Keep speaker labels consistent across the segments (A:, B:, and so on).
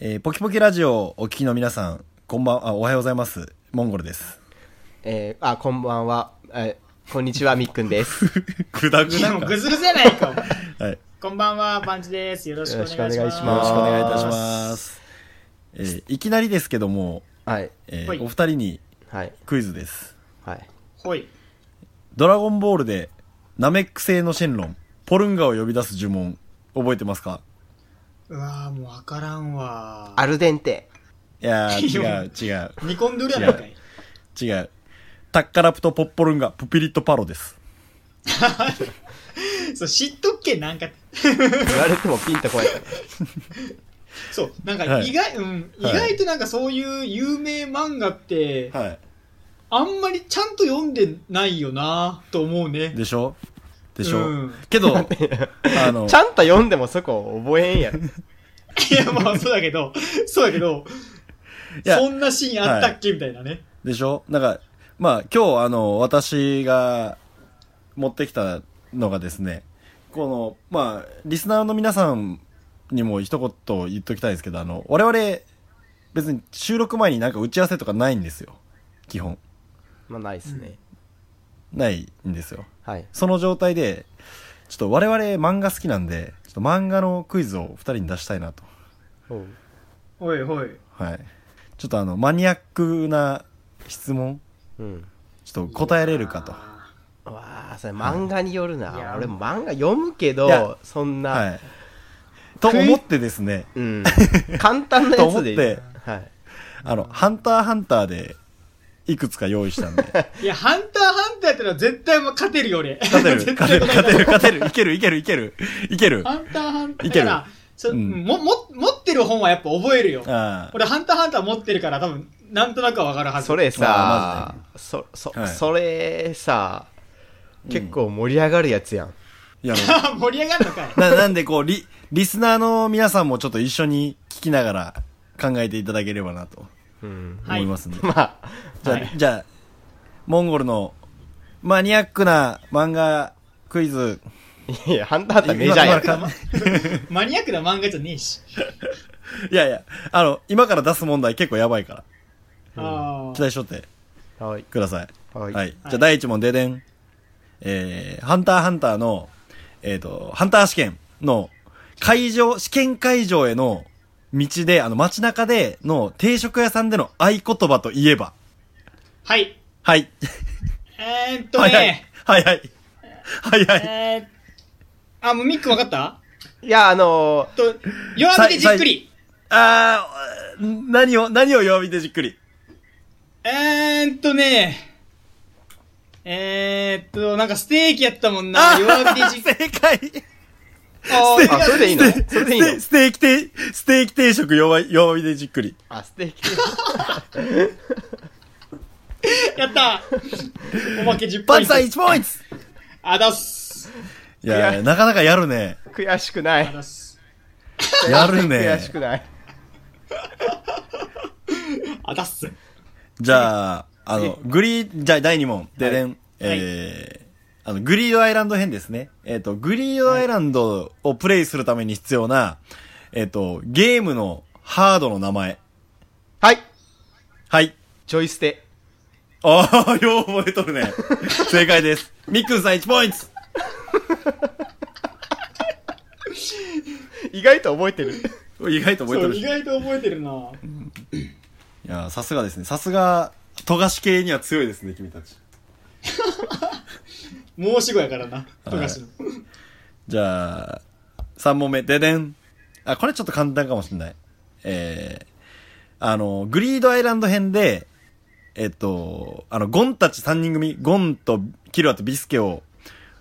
A: えーポキポキラジオをお聞きの皆さん、こんばんあ、おはようございます。モンゴルです。
B: えー、あ、こんばんは。えーこんにちは、みっくんで す。よ
A: ぐだぐ
C: いや
A: だ
C: もう
A: か。
C: ぐずぐずじゃないか。
A: はい。よ
C: こんばんは、パンチです。よろしくお願いします。
B: よろしくお
A: ろしくお願いいたし
B: す
A: ます。えーいきなりですけども、
B: はい。
A: えー
C: はい
A: お二人に
B: はい。
A: クイズです。
B: はい。
C: ほい。
A: ドラゴンボールで、ナメック星の神論、ポルンガを呼び出す呪文、覚えてますか
C: うわーもうわからんわ
B: アルデンテ。
A: いやー、
C: いや
A: 違う、違う、
C: 煮込んでるやないかい。
A: 違う。タッカラプトポッポルンガ、プピリットパロです。
C: そう、知っとっけ、なんか。
B: 言われてもピンとこない。
C: そう、なんか
A: はい
C: 意外、うん、意
A: はい
C: 外となんかそういう有名漫画って、
A: は
C: あんまりちゃんと読んでないよなと思うね。
A: でしょでしょ、
C: うん
A: けど、あの
B: ち、ゃんと読んでもそこ覚えんやろ。
C: いや、まあそうだけど、そうだけど、
A: いや
C: そんなシーンあったっけ、みたいなね。
A: でしょなんか、まあ今日あの、私が持ってきたのがですね、この、まあ、リスナーの皆さんにも一言言っときたいんですけど、あの、我々、別に収録前になんか打ち合わせとかないんですよ。基本。
B: まあ、ないっすね。
A: ないんですよ。
B: はい。
A: その状態で、ちょっと我々漫画好きなんで、ちょっと漫画のクイズを二人に出したいなと。
B: おう
C: ほいほい。
A: はい。ちょっとあの、マニアックな質問、
B: うん。
A: ちょっと答えれるかと。
C: あ
B: うわあ、それ漫画によるな。
C: いや
B: 俺も漫画読む
A: い
B: け
A: や
B: ど、そんな、
A: はい。と思ってですね、
B: うん。簡単なやつでいい。
A: と
B: はい。
A: あの、ハンターハンターで、いくつか用意したんで。勝
C: ーいや、ハンターハンターやったら絶対もう勝てるよ、俺。
A: てる、勝てる、勝てる、勝てる、いける、いける、いける、いける。あ
C: ハンターハンター。
A: いける
C: だからそ
A: うん
C: もも持ってる本はやっぱ覚えるよ。
A: あ
C: 俺、ハンターハンター持ってるから多分、なんとなくは分かるはず。
B: それ
A: まあ
B: さ、そ、そ、
A: はい
B: それさ、結構盛り上がるやつやん。
A: いや、
C: 盛り上がるのかい。
A: な、なんでこう、リ、リスナーの皆さんもちょっと一緒に聞きながら考えていただければなと
B: うん。
C: は
A: 思
C: い
A: いますんで。
B: まあ、
A: じゃあ、
C: はい
A: じゃあ、モンゴルのマニアックな漫画クイズ。
B: いや、ハンターハンターメジャーやん
A: 今から
C: マニアックな漫画じゃねえし。
A: いやいや、あの、今から出す問題結構やばいから、
C: あ
A: 期
C: あ。
A: 待しとって
B: はい。
A: ください。
B: は。
A: はいい。じゃあ、第1問、ででん。えー、ハンターハンターの、えっ、と、ハンター試験の、会場、試験会場への道で、あの、街中での定食屋さんでの合言葉といえば。
C: はい。
A: はい。
C: えー、っと
A: はいはい
C: ね、。
A: はいはい。はいはい。
C: えー、あ、もうミック分かった
B: いや、あのー
C: と、弱火でじっくり。
A: あー、ん何を、何を弱火でじっくり。
C: えー、っとね、えー、っと、なんかステーキやったもんな。弱火でじっくり。
A: 正解
C: あー
B: あ、それでいいの
A: ステ
B: それでいいの
A: ステーキ定、ステーキ定食弱い弱火でじっくり。
B: あ、ステーキ。
C: やったおまけ10ポ
A: パ
C: イ
A: ンチ
C: ン
A: さ
C: ト
A: ん。1ポイント
C: あだっす。
A: いやー、なかなかやるね。
B: 悔しくな
C: あ
B: い。
C: だっす。
A: やる
B: 悔
A: ね
B: し。くない。
C: あだっす。
A: じゃあ、あの、グリー、じゃあ第2問。ででん、えー、あの、グリードアイランド編ですね。えっ、と、グリードアイランドをプレイするために必要な、えっ、と、ゲームのハードの名前。
B: はい。
A: はい。
B: ジョイステ。
A: ああ、よう覚えとる ね。正解です。みっくんさん1ポイント
B: 意外と覚えてる。
A: 意外と覚え
C: そ
A: と
C: う、
A: るし。
C: 意
A: い
C: 外と覚えてるな。
A: やー、さすがですね。さすが、富樫系には強いですね、君たち。
C: 申し子やからな、富樫の。
A: じゃあ、3問目、ででん。あ、これちょっと簡単かもしんない。えー、あの、グリードアイランド編で、えっと、あの、ゴンたち3人組、ゴンとキルアとビスケを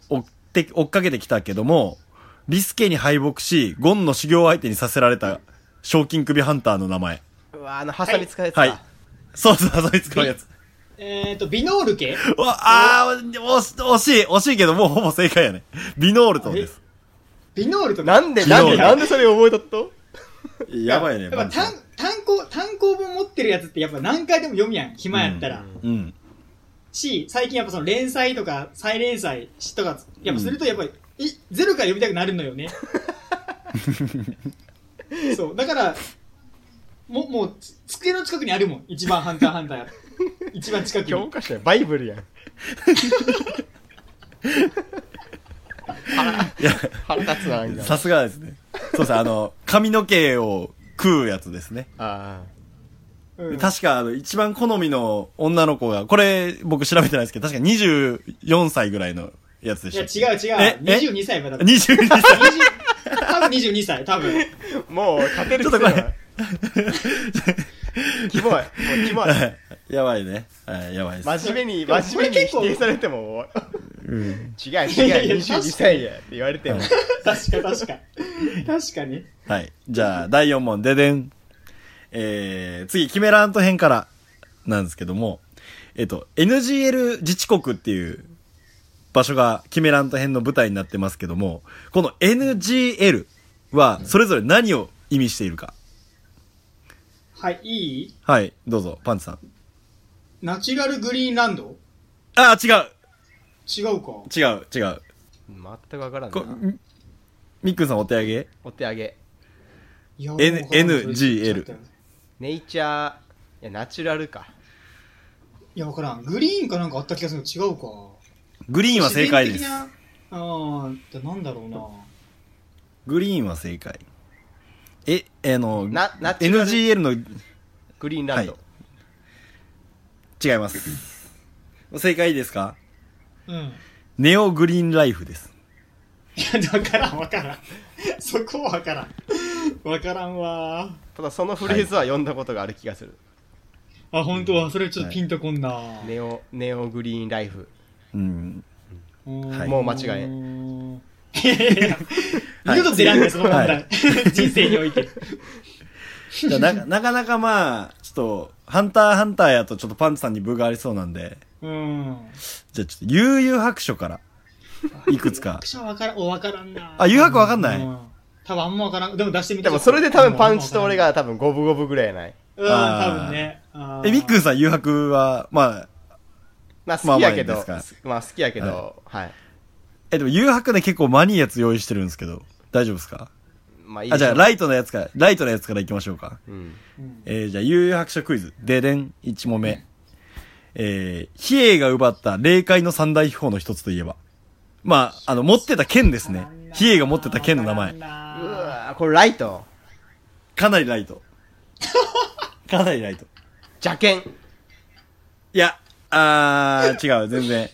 A: 追って、追っかけてきたけども、ビスケに敗北し、ゴンの修行相手にさせられた賞金首ハンターの名前。
B: うわ、あの、ハサミ使うやつ
A: はい
B: だ。。
A: そうそう、挟みつかうやつ。
C: えっと、ビノール系
A: うわ、あー、惜し惜しい、惜しいけど、もうほぼ正解やね。ビノールトです。
C: ビノールとか
B: なんで、なん
A: 昨
B: で、
A: 日
B: なんでそれ覚えとっと
A: やばいね、
C: やっぱ
A: マジで
C: 単単行、単行本持ってるやつってやっぱ何回でも読むやん、暇やったら。
A: うん。
C: し、最近やっぱその連載とか再連載しとか、やっぱするとやっぱり、いゼ ロから読みたくなるのよね。そう、だから、もう、もう、つ机の近くにあるもん。一番ハンターハンター。一番近く
B: 教
C: に。
B: 科書やバイブルやん。
A: いや、
B: 腹立つな、なんか。
A: さすがですね。そうですね、あの、髪の毛を食うやつですね。
B: あ
C: うん
A: 確か、あの、一番好みの女の子が、これ、僕調べてないですけど、確か24歳ぐらいのやつで
C: いや、
A: した。
C: 違う違
A: え
C: う。
A: え
C: 22歳まだ。20
A: 22歳。
C: 多分22歳、多分。
B: あ。もう、勝てる
A: ちょっとこれ。
B: キモい。もうキモい。
A: やばいね。はい、やばいです。
B: 真面目に、
C: でも
B: 真面目に否
C: これ
B: 定
C: 結構
B: されても、もう
A: うん
B: 違う
C: いやい
B: 違
C: や
B: う、22歳やって言われても。
C: 確か確か。確かに。
A: はい。じゃあ、第4問、ででん。えー、次、キメラント編からなんですけども、えっと、NGL 自治国っていう場所がキメラント編の舞台になってますけども、この NGL はそれぞれ何を意味しているか。
C: はい、いい
A: はい、どうぞ、パンツさん。
C: ナチュラルグリーンランド
A: あー、違う
C: 違うか。
A: 違う違う。
B: 全くわからん
A: こ
B: な。
A: みみっくんさんお手上げ
B: お手上げ。
C: いや
A: N-
C: もうわかんない
A: NGL
B: ネイチャー、いや、ナチュラルか。
C: いや、わからん。グリーンかなんかあった気がするけど違うか。
A: グリーンは正解で
C: 自
A: す。
C: 然的なあーじゃあ、なんだろうな。
A: グリーンは正解。え、あの、
B: なナチュラル
A: NGL の
B: グリーンランド。
A: はい違います。正解いいですか
C: うん。
A: ネオグリーンライフです。
C: いや、わからん、わからん。そこはわからん。わからんわ
B: ただそのフレーズは読んだことがある気がする。
C: ー。あ、本当は、それちょっとピンとこんな。
B: ネオ、ネオグリーンライフ。
A: うん。はい
B: もう間 違え
C: ん。いやいやいや二度と出らんねその問
A: は
C: 題
A: い。
C: 人生において。
A: じゃあな か、なかなかまあ、ちょっと、ハンターハンターやとちょっとパンツさんに分がありそうなんで、
C: うん。
A: じゃあちょっと、悠々白書から、いくつか。
C: 私はわからん、お、わからんな。
A: あ、悠白わかんない、
C: うん多分あんまわからん。でも出してみて。
B: でもそれで多分パンチと俺。が多分五分五分ぐらいやない。
C: うん、多分ね。あー
A: え、みっくんさん悠白は、まあ、
B: まあ好きやけど、
A: まあ
B: ま
A: まあいい
B: あ
A: です
B: 好きやけど、はい。
A: え、でも悠白ね結構マニーやつ用意してるんですけど、大丈夫ですか
B: まあいい
A: あ、
B: でし
A: じ
B: ょ
A: ゃあ、ライトのやつから、ライトのやつからいきましょうか。
B: うん。
C: うん
A: えーじゃあ、悠々白書クイズ。ででん、1問目。えー、比叡が奪った霊界の三大秘宝の一つといえば。まあ、あの、持ってた剣ですね。比叡が持ってた剣の名前。
B: う
C: 前。
B: わーこれライト。
A: かなりライト。かなりライト。
B: 邪剣。
A: いや、あー、違う、全然。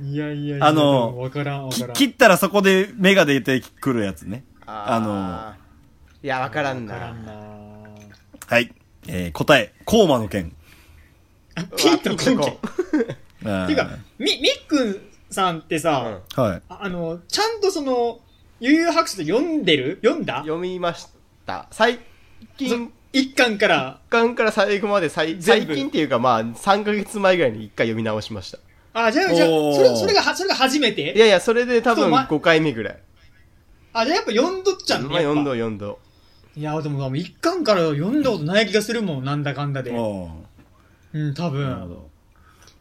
C: いやいやいや、
A: あの
C: わからんわか
A: き
C: らん。
A: 切ったらそこで芽が出てくるやつね。
B: ー
A: あの、
B: いや、わからん
C: わから。
B: なん
C: な。
A: はい。えー、答え、コーマの剣。
C: ピンとこん
B: う
C: け。
B: わ
C: っ
A: あー
C: ていうか、み、みっくんさんって
B: う
C: さ
B: ん、
A: はい。
C: ああの、ちゃんとその、悠々白書で読んでる読んだ
B: 読みました。最近、
C: 一巻から、
B: 一巻から最後まで最
C: 全部
B: 最近っていうかまあ3ヶ月前ぐらいに一回読み直しました。
C: あ、じゃあ、じゃあ、
A: おー
C: それ、それがは、それが初め
B: い
C: て
B: やいや、それで多
C: そう
B: 分
C: ま
B: 5回目ぐらい。
C: あ、じゃあやっぱ読んどっちゃうん
B: ま
C: ね。
B: あ
C: やっ
B: 4度
C: ぱ
B: 4度。
C: いや、でも、でも一巻から読んだことない気がするもん、なんだかんだで。
A: おー
C: うん、多
A: なるほ
C: 分。
A: ど。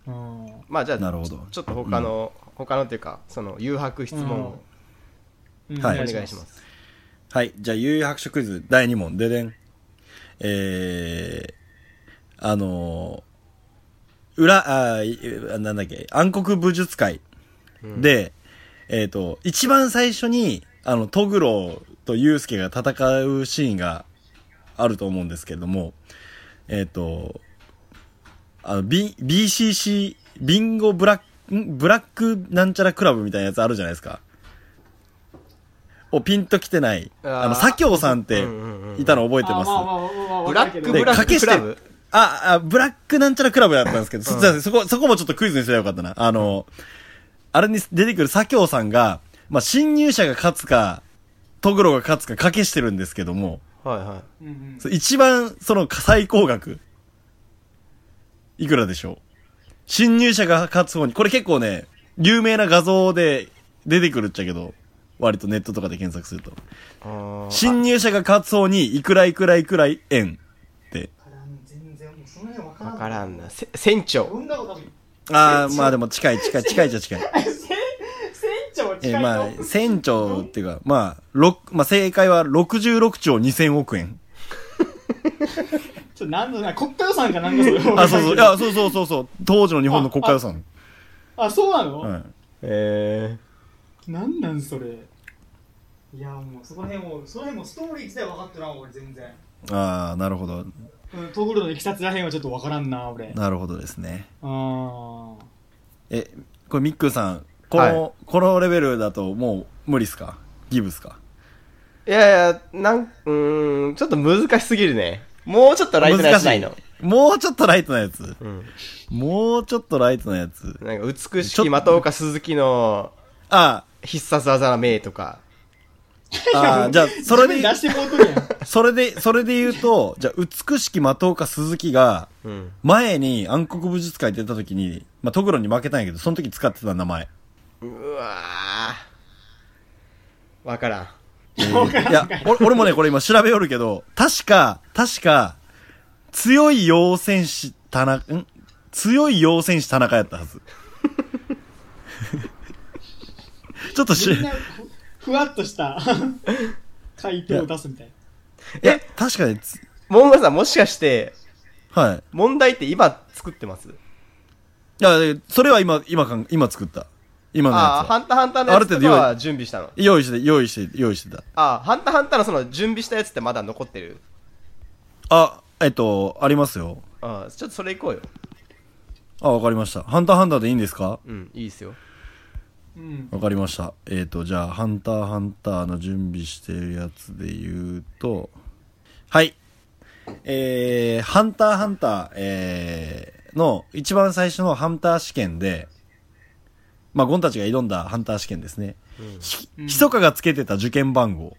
C: うん。
B: まあじゃあ、
A: なるほど
B: ちょっと他の、他のっていうか、その誘白質問を
C: うん
A: は
B: お
A: い
B: 願いします。
A: はい。じゃあ、悠々白書クイズ第2問、ででん。えー、あのー、裏、あーいなんだっけ、暗黒武術会で、えっ、と、一番最初に、あの、トグロとユウスケが戦うシーンがあると思うんですけれども、えっ、と、あの、B、BCC、ビンゴブラック、んブラックなんちゃらクラブみたいなやつあるじゃないですか。をピンときてない。
B: あー
A: あの、左京さんって
B: うんうんうんうん
A: いたの覚えて
C: あ
A: ます。
C: まあまあまあまあわ
B: ブラ
C: かるけ
B: ッ
C: ど
B: ク
A: で
B: ブラッ
A: かけ
B: ク
A: して
B: クラブ
A: あ、あ、ブラックなんちゃらクラブだったんですけど、そそこ、そこもちょっとクイズにすればよかったな。あの、あれに出てくる左京さんが、まあ、侵入者が勝つか、トグロが勝つか賭けしてるんですけども、
B: はいは
C: うんうん
A: そう一番、その、最高額、いくらでしょう侵入者が勝つ方に、これ結構ね、有名な画像で出てくるっちゃけど、割とネットとかで検索すると。
B: い。あー
A: 侵入者が勝つ方に、いくらいくらいくらい円って。
C: 全然、もうその辺わ
B: あ
C: からん。
B: わからんな。せ船長。
C: 読んだことない。
A: ああ、まあでも近い近い近いじゃ近い。
C: 船長は
A: え
C: 近
A: ー
C: い
A: ま
C: の
A: あ、船長っていうか、まあ、六まあ、正解は66兆2000億円。
C: ちょっとなんだ国家予算かなんかそれ
A: あ、そうそう。いや、そうそうそうそう。当時の日本の国家予算。
C: あ、そうなの、
A: うん。
B: え
C: なんなんそれいやもうその辺もその辺もストーリー自体分かってない俺全然
A: ああ、なるほど。
C: うんトグロのいきさつらへんはちょっと分からんな俺
A: なるほどですね。
C: ああ
A: え、これミックさん、この、このレベルだともう無理っすかギブっすか
B: ー、いやいや、なん、うーん、ちょっと難しすぎるね。もうちょっとライトなやつないの。
A: もうちょっとライトなやつ。
B: うん。
A: もうちょっとライトなやつ。
B: なんか、美しき的岡鈴木の
A: あ
B: 必殺技の名とか。
A: あ、ああ、じゃあ、それ
C: 出
A: で、
C: してもうとるやん
A: それで、それで言うと、じゃあ、美しき的岡鈴木が、
B: うん。
A: 前に暗黒武術界出た時に、まあ、トグロに負けたんやけど、その時使ってた名前。
B: うわー。わからん。
A: え ーいや、俺俺もね、これ今調べよるけど、確か、確か、強い妖戦士田中、ん強い妖戦士田中やったはず。 ちょっとし、い
C: みんなふふわっとした回答を出すみたい
A: や、確かにつ、
B: モンゴルさん、もしかして、
A: はい。
B: 問題って今作ってます
A: いや、でそれは今、今かん、今作った。今の
B: ああ、
A: やつ
B: ハ
A: は。
B: ンターハンターのやつとか
A: ある程
B: は準備したの。
A: 用意して、用意して、用意してた。
B: ああ、ハンターハンターのその準備したやつってまだ残ってる。
A: あ、えっと、ありますよ。
B: ああ、ちょっとそれ行こうよ。
A: あ、わかりました。ハンターハンターでいいんですか
B: うん、いいですよ。
C: なうん
A: わかりました。えっ、と、じゃあ、ハンターハンターの準備してるやつで言うと、はい。えー、ハンターハンター、えー、の、一番最初のハンター試験で、まあ、ゴンたちが挑んだハンター試験ですね。ひ、ひそかがつけてた受験番号。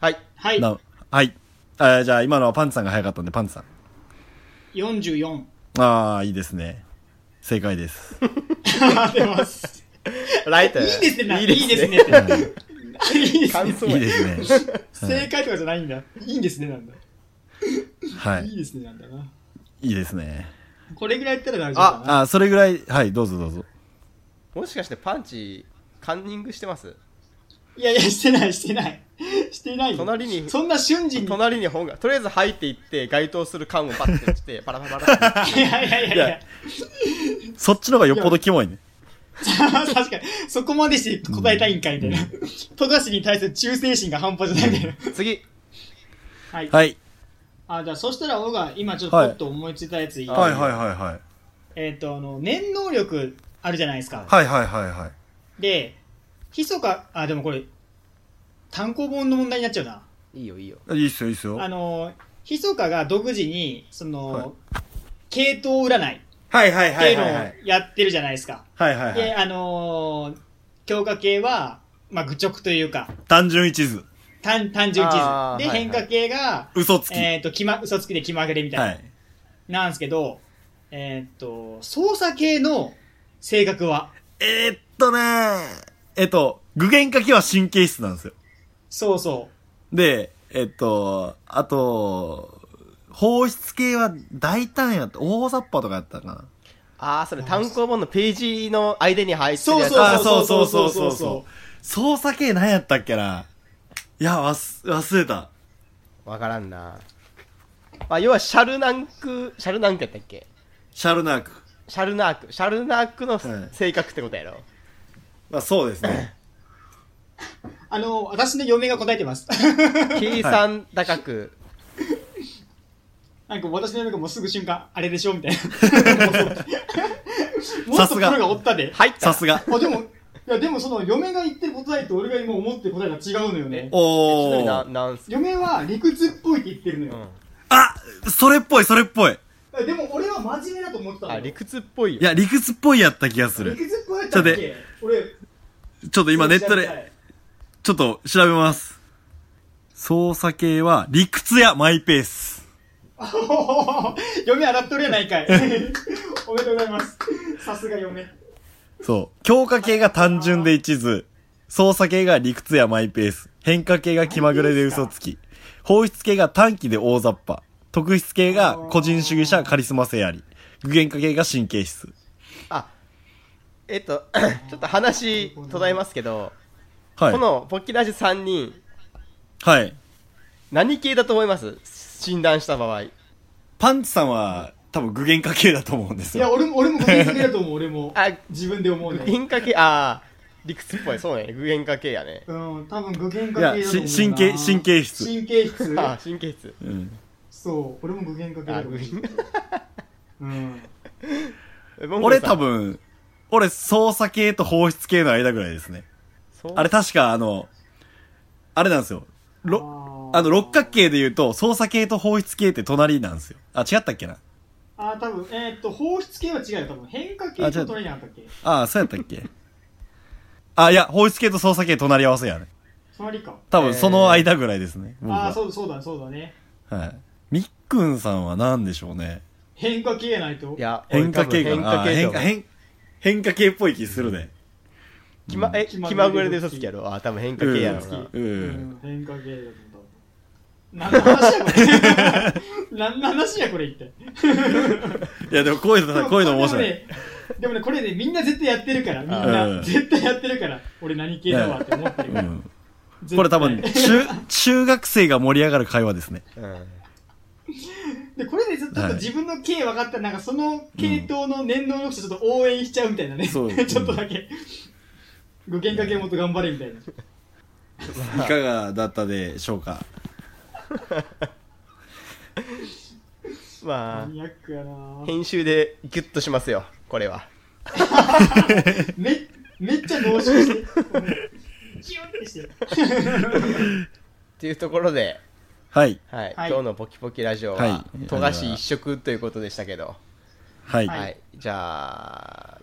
B: はい。
C: はい
A: なはい。あーじゃあ、今のはパンツさんが早かったんで、パンツさん。
C: 44
A: ああ、いいですね。正解です。
C: 出ます
B: ライト。
C: いいですねないい
B: い
C: い
B: で
C: です
B: ね
C: すねっていいです
B: 感
C: ね
B: 想
A: いい
B: や
A: ですね。
C: 正解とかじゃないんだいいんですねなんだ
A: はいい。
C: いですねなんだない
A: いですね。
C: これぐらいやったら大丈夫かな
A: あー、それぐらい、はい、どうぞどうぞ。
B: もしかしてパンチ、カンニングしてます
C: いやいやしてないしてないしてないよ
B: 隣に
C: そんな瞬時に
B: 隣に本が、とりあえず入っていって、該当する缶をパッて落ちて、パラパラパラって。
C: いやいやいやい
A: いや
C: や
A: そっちの方がよっぽどキモいね。
C: 確かに、そこまでして答えたいんかいみたいな。富樫に対する忠誠心が半端じゃないみたいな。
B: 次。
C: はい。
A: はい。
C: あ、じゃあ、そしたら僕が今ちょっとパッと思いついたやついい、
B: はいはい
A: はいはい。
C: えっ、と、あの、念能力あるじゃないですか。
A: はいはいはいはい。
C: で、ひそか、あ、でもこれ、単行本の問題になっちゃうな。
B: いいよいいよ。
A: いいっすよいいっすよ。
C: あ
A: はい
C: の、ひそかが独自に、その、
A: はい
C: 系統占いっ
A: はいはい
C: ていうのを。やってるじゃないですか。
A: はいはいはい。
C: で、あのー強化系は、まあ、愚直というか、
A: 単純一途。
C: 単、単純地図。で、
B: あーはいはい
C: 変化系が、
A: 嘘つき。
C: えっ、と、気ま、嘘つきで気まぐれみたいな。
A: はい。
C: なんですけど、えっ、と、操作系の性格は、
A: えーっとねえっと、具現化器は神経質なんですよ。
C: そうそ
A: で、えっと、あと、放出系は大胆やった。大雑把とかやったかな。
B: ああ、それ単行本のページの間に入
C: う。
B: ってる
C: そう
B: やつ。
C: そう
B: あ
C: そうそうそうそうそ
A: 操作系何やったっけないや、忘、忘れた。
B: ーわからんな。まあ、要はシャルナンク、シャルナンクやったっけ
A: シャル ナーク。
B: シャルナーク。シャルナーク
A: は
B: の
A: い
B: 性格ってことやろ。
A: まあそうですね。
C: う。あの、私の嫁が答えてます。
B: 計算高く。
C: なんか私の嫁がもうすぐ瞬間、あれでしょみたい な。も
A: さ
C: っと
A: す
C: プ
A: が
C: ロがおったで。
B: 入った
A: さ
B: ら
A: すが。
C: あ、でも、いやでもその嫁が言ってる答えと俺が今思ってる答えが違うのよね。
B: ちなみ
A: お
B: にな、
A: ー。
B: なんす
C: 嫁は理屈っぽいって言ってるの
B: う
C: よ
B: ん。
A: あそれっぽい、それっぽい。
C: でも俺は真面目だと思ってたの
B: あ、
C: よ。
B: 理屈っぽいよ
A: い。や、理屈っぽいやった気がす
C: 理
A: る。
C: 屈っぽいやったっ
A: ちょ
C: け俺、
A: ちょっと今ネット
C: 調べた
A: で、
C: い。
A: ちょっと調べます。操作系は、理屈やマイペース。
C: 嫁洗っとるやない かい。おめでとうございます。さすが嫁。
A: そう。強化系が単純で一途。操作系が理屈やマイペース。変化系が気まぐれで嘘つき。放出系が短期で大雑把。特質系が個人主義者カリスマ性あり。具現化系が神経質。
B: あ、えっと、 ちょっと話途絶えますけど、
A: はい
B: こ。のポッキラジ3人、
A: はい。
B: 何系だと思います診断した場合。
A: パンチさんは多分具現化系だと思うんです
C: いや、
A: よ。
C: 俺も、俺も具現化系だと思う、俺も。
B: あ、
C: 自分で思う
B: 具
C: ね。
B: 現化系、ああ、理屈っぽい。そうね。具現化系やね。
C: うん、多分具現化系だと思うない
A: やし神経神経質
C: 神経 質。
B: ああ、神経質。
A: うん。
C: そう、俺も具現化系
B: あ
C: だ
B: あ、
C: と
B: 具
C: 思う。
B: 現
C: うん。
A: 俺多。
B: モンゴルさん
A: 分、俺操作系と放出系の間ぐらいですね。
B: そう
A: あれ確かあの、あれなんですよ。ろあの、六角形で言うと、操作系と放出系って隣なんですよ。あ、違ったっけな
C: あー、多分、えーっと、放出系は違うよ、多分。変化系
A: あちょ
C: と
A: っと
C: トレーナーだったっけ
A: ああ、そうやったっけ あ、いや、放出系と操作系隣り合わせやね。
C: 隣か。
A: 多分その間ぐらいですね。僕は
C: ああ、そう、そうだ、そうだね。
A: はい。みっくんさんは何でしょうね。
C: 変化系やないと。
B: いや、
A: 変化系か
B: 変
A: な。
B: 化
A: あ
B: 系
A: 変
B: と
A: 化変変化系っぽい気するね。
B: 気ま、え、気
C: 気まぐれ
B: まぐれで嘘つきやろ。ああ、多分変化系やろ
C: 好
B: う
C: き
B: な。
A: うん
C: うん、変化系だと思う。何の話やこ れ何の話やこれ一体。
A: いや、でもこういうのさ、こういうの面白い。
C: でもね、でもねこれね、みんな絶対やってるから、みんな
A: う。ん
C: 絶対やってるから、俺何系だわって思ってる
A: う
C: から。
A: ん。
C: 絶対
A: これ多分、中、中学生が盛り上がる会話ですね。
B: うん。
C: で、これでちょっと
A: はい
C: 自分の系分かったら、なんかその系統の年能力者ちょっと応援しちゃうみたいなね。
A: そう
C: ちょっとだけ。具現化系もっと頑張れみたい な。
A: いかがだったでしょうか。
B: ま
C: マ
B: あ、
C: ニアックやなぁ
B: 編集でギュッとしますよ。これは。
C: め、めっちゃ濃縮して。キュンってしてる。
B: っていうところで、
A: はい。
B: はい、
C: はい
B: 今日のポキポキラジオ
A: は、
B: はい富樫一色ということでしたけど、
A: はい。
C: は
B: はいい、じゃあ、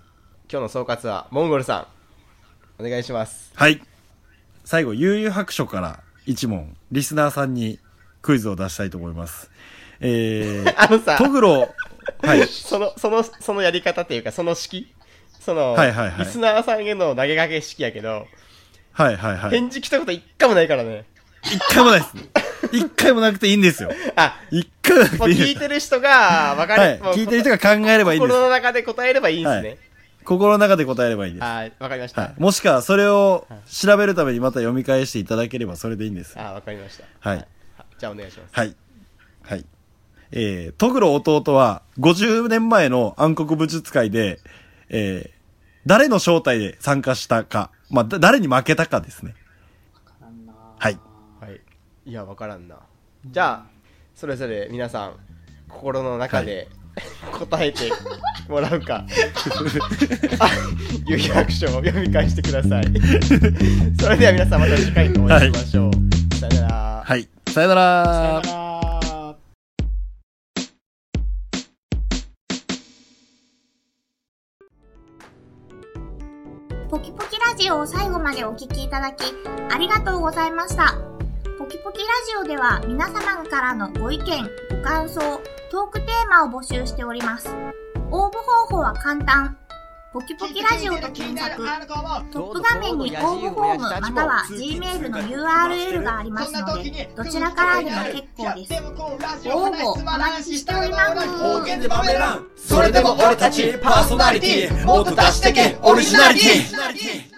B: 今日の総括は、モンゴルさん、お願いします。
A: はい。最後、悠々白書から一問、リスナーさんにクイズを出したいと思います。え ー、
B: あのさ、
A: トグロ、はい。
B: その、その、そのやり方っていうか、その式その、
A: はいはいはい
B: リスナーさんへの投げかけ式やけど、
A: はいはいはい。
B: 返事来たこと一回もないからね。
A: 一回もないです。一回もなくていいんですよ。
B: あ、
A: 一回もなく
B: もう
A: ていいで
B: 聞
A: す
B: い。てる人が、わか
A: はい。、
B: る
A: 聞いてる人が考えればいいんです
B: 心。の中で答えればいいんですね。
A: 心の中で答えればいいんです。
B: はい、わかりました。
A: はい。もしくは、それを調べるためにまた読み返していただければそれでいいんです。
B: あ、わかりました。
A: はい。
B: じゃあお願いします。
A: はい。はい。えー、トグロ弟は50年前の暗黒武術会で、えー、誰の招待で参加したか、まあ、だ誰に負けたかですね。はい。
B: はい。いや、わからんな。じゃあ、それぞれ皆さん、心の中で、答えてもらうか、 有役所を読み返してくだ さい。それでは皆さん、また次回お会いしましょう。さよなら。
A: はい。さよなら
C: さよなら。
D: ポキポキラジオを最後までお聞きいただき、ありがとうございました。ポキポキラジオでは皆様からのご意見、ご感想、トークテーマを募集しております。応募方法は簡単。ポキポキラジオと検索、トップ画面に応募フォームまたは Gmail の URL がありますので、どちらからでも結構です。
C: す
D: 応募お待ちしております。
E: それでも俺たちパーソナリティもっと出してけオリジナリティ